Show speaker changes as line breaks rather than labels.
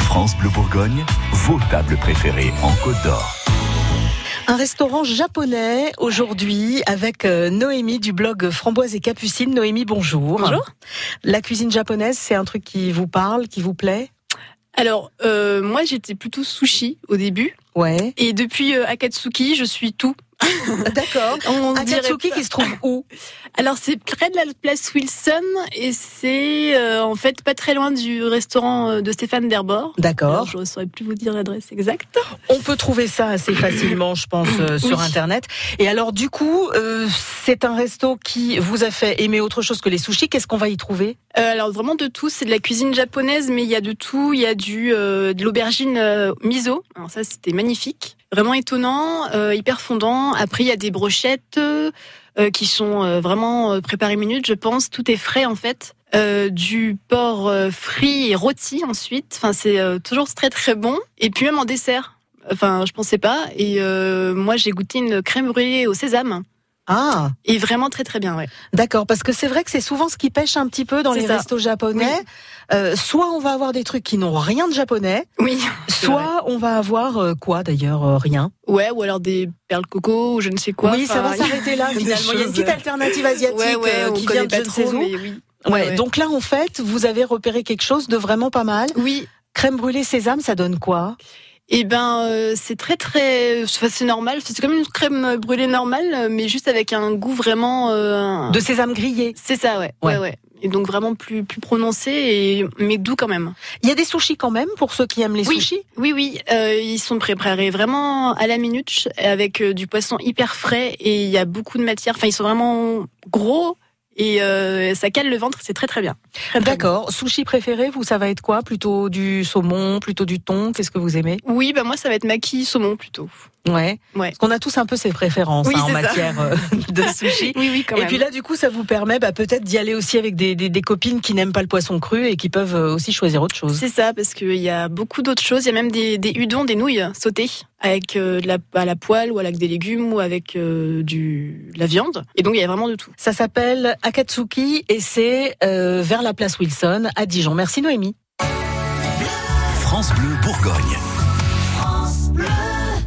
France Bleu Bourgogne, vos tables préférées en Côte d'Or.
Un restaurant japonais aujourd'hui avec euh, Noémie du blog Framboise et Capucine. Noémie, bonjour.
Bonjour.
La cuisine japonaise, c'est un truc qui vous parle, qui vous plaît
Alors, euh, moi, j'étais plutôt sushi au début.
Ouais.
Et depuis euh, Akatsuki, je suis tout.
D'accord.
On dirait
Akatsuki
pas-
qui se trouve où
Alors, c'est près de la place Wilson et c'est euh, en fait pas très loin du restaurant euh, de Stéphane Derbord. Alors,
D'accord.
je ne saurais plus vous dire l'adresse exacte.
On peut trouver ça assez facilement, je pense, euh, sur
Oui.
Internet. Et alors, du coup, euh, c'est un resto qui vous a fait aimer autre chose que les sushis. Qu'est-ce qu'on va y trouver
Euh, alors, vraiment de tout. C'est de la cuisine japonaise, mais il y a de tout. Il y a du, euh, de l'aubergine euh, miso. Alors, ça, c'était magnifique. Vraiment étonnant, euh, hyper fondant. Après, il y a des brochettes euh, euh, qui sont euh, vraiment euh, préparées minutes, je pense. Tout est frais, en fait. Euh, du porc euh, frit et rôti ensuite. Enfin, c'est euh, toujours très très bon. Et puis même en dessert. Enfin, je pensais pas. Et euh, moi, j'ai goûté une crème brûlée au sésame.
Ah,
Et vraiment très très bien, ouais.
D'accord, parce que c'est vrai que c'est souvent ce qui pêche un petit peu dans
C'est
les
ça.
restos japonais. Euh, soit on va avoir des trucs qui n'ont rien de japonais,
Oui. C'est
soit on va avoir euh, quoi d'ailleurs euh, rien.
Ouais, ou alors des perles coco ou je ne sais quoi.
oui, ça
Enfin,
va s'arrêter là
des
finalement. Il y a une
choses,
petite
euh,
alternative asiatique
Ouais, ouais,
euh,
on
qui vient
connaît
de
pas
je ne sais
trop,
où.
mais oui.
Ouais,
ouais, ouais.
Donc là, en fait, vous avez repéré quelque chose de vraiment pas mal.
Oui,
Crème brûlée sésame, ça donne quoi
et ben euh, c'est très très, enfin, c'est normal. C'est comme une crème brûlée normale, euh, mais juste avec un goût vraiment. euh, un-
De sésame grillé.
C'est ça, ouais,
Ouais.
ouais, ouais. Et donc vraiment plus plus prononcé et mais doux quand même.
Il y a des sushis quand même pour ceux qui aiment les
Oui.
sushis.
Oui, oui, euh, ils sont préparés vraiment à la minute avec euh, du poisson hyper frais et il y a beaucoup de matière. Enfin, ils sont vraiment gros et euh, ça cale le ventre. C'est très très bien. Très, très bon.
D'accord. Sushi préféré, vous, ça va être quoi Plutôt du saumon, plutôt du thon Qu'est-ce que vous aimez
Oui, bah moi ça va être maquis saumon plutôt.
Ouais.
Ouais.
Parce qu'on a tous un peu ses préférences
Oui,
hein, en
c'est ça.
matière euh, de sushi.
Oui, oui, quand
Et puis là, du coup, ça vous permet bah, peut-être d'y aller aussi avec des, des- des copines qui n'aiment pas le poisson cru et qui peuvent euh, aussi choisir autre chose.
c'est ça, parce qu'il y a beaucoup d'autres choses. Il y a même des, des udons, des nouilles sautées avec euh, de la, à la poêle ou avec des légumes ou avec euh, du, de la viande. Et donc, il y a vraiment de tout.
Ça s'appelle Akatsuki et c'est euh, vers la place Wilson à Dijon. Merci Noémie.
France Bleu Bourgogne.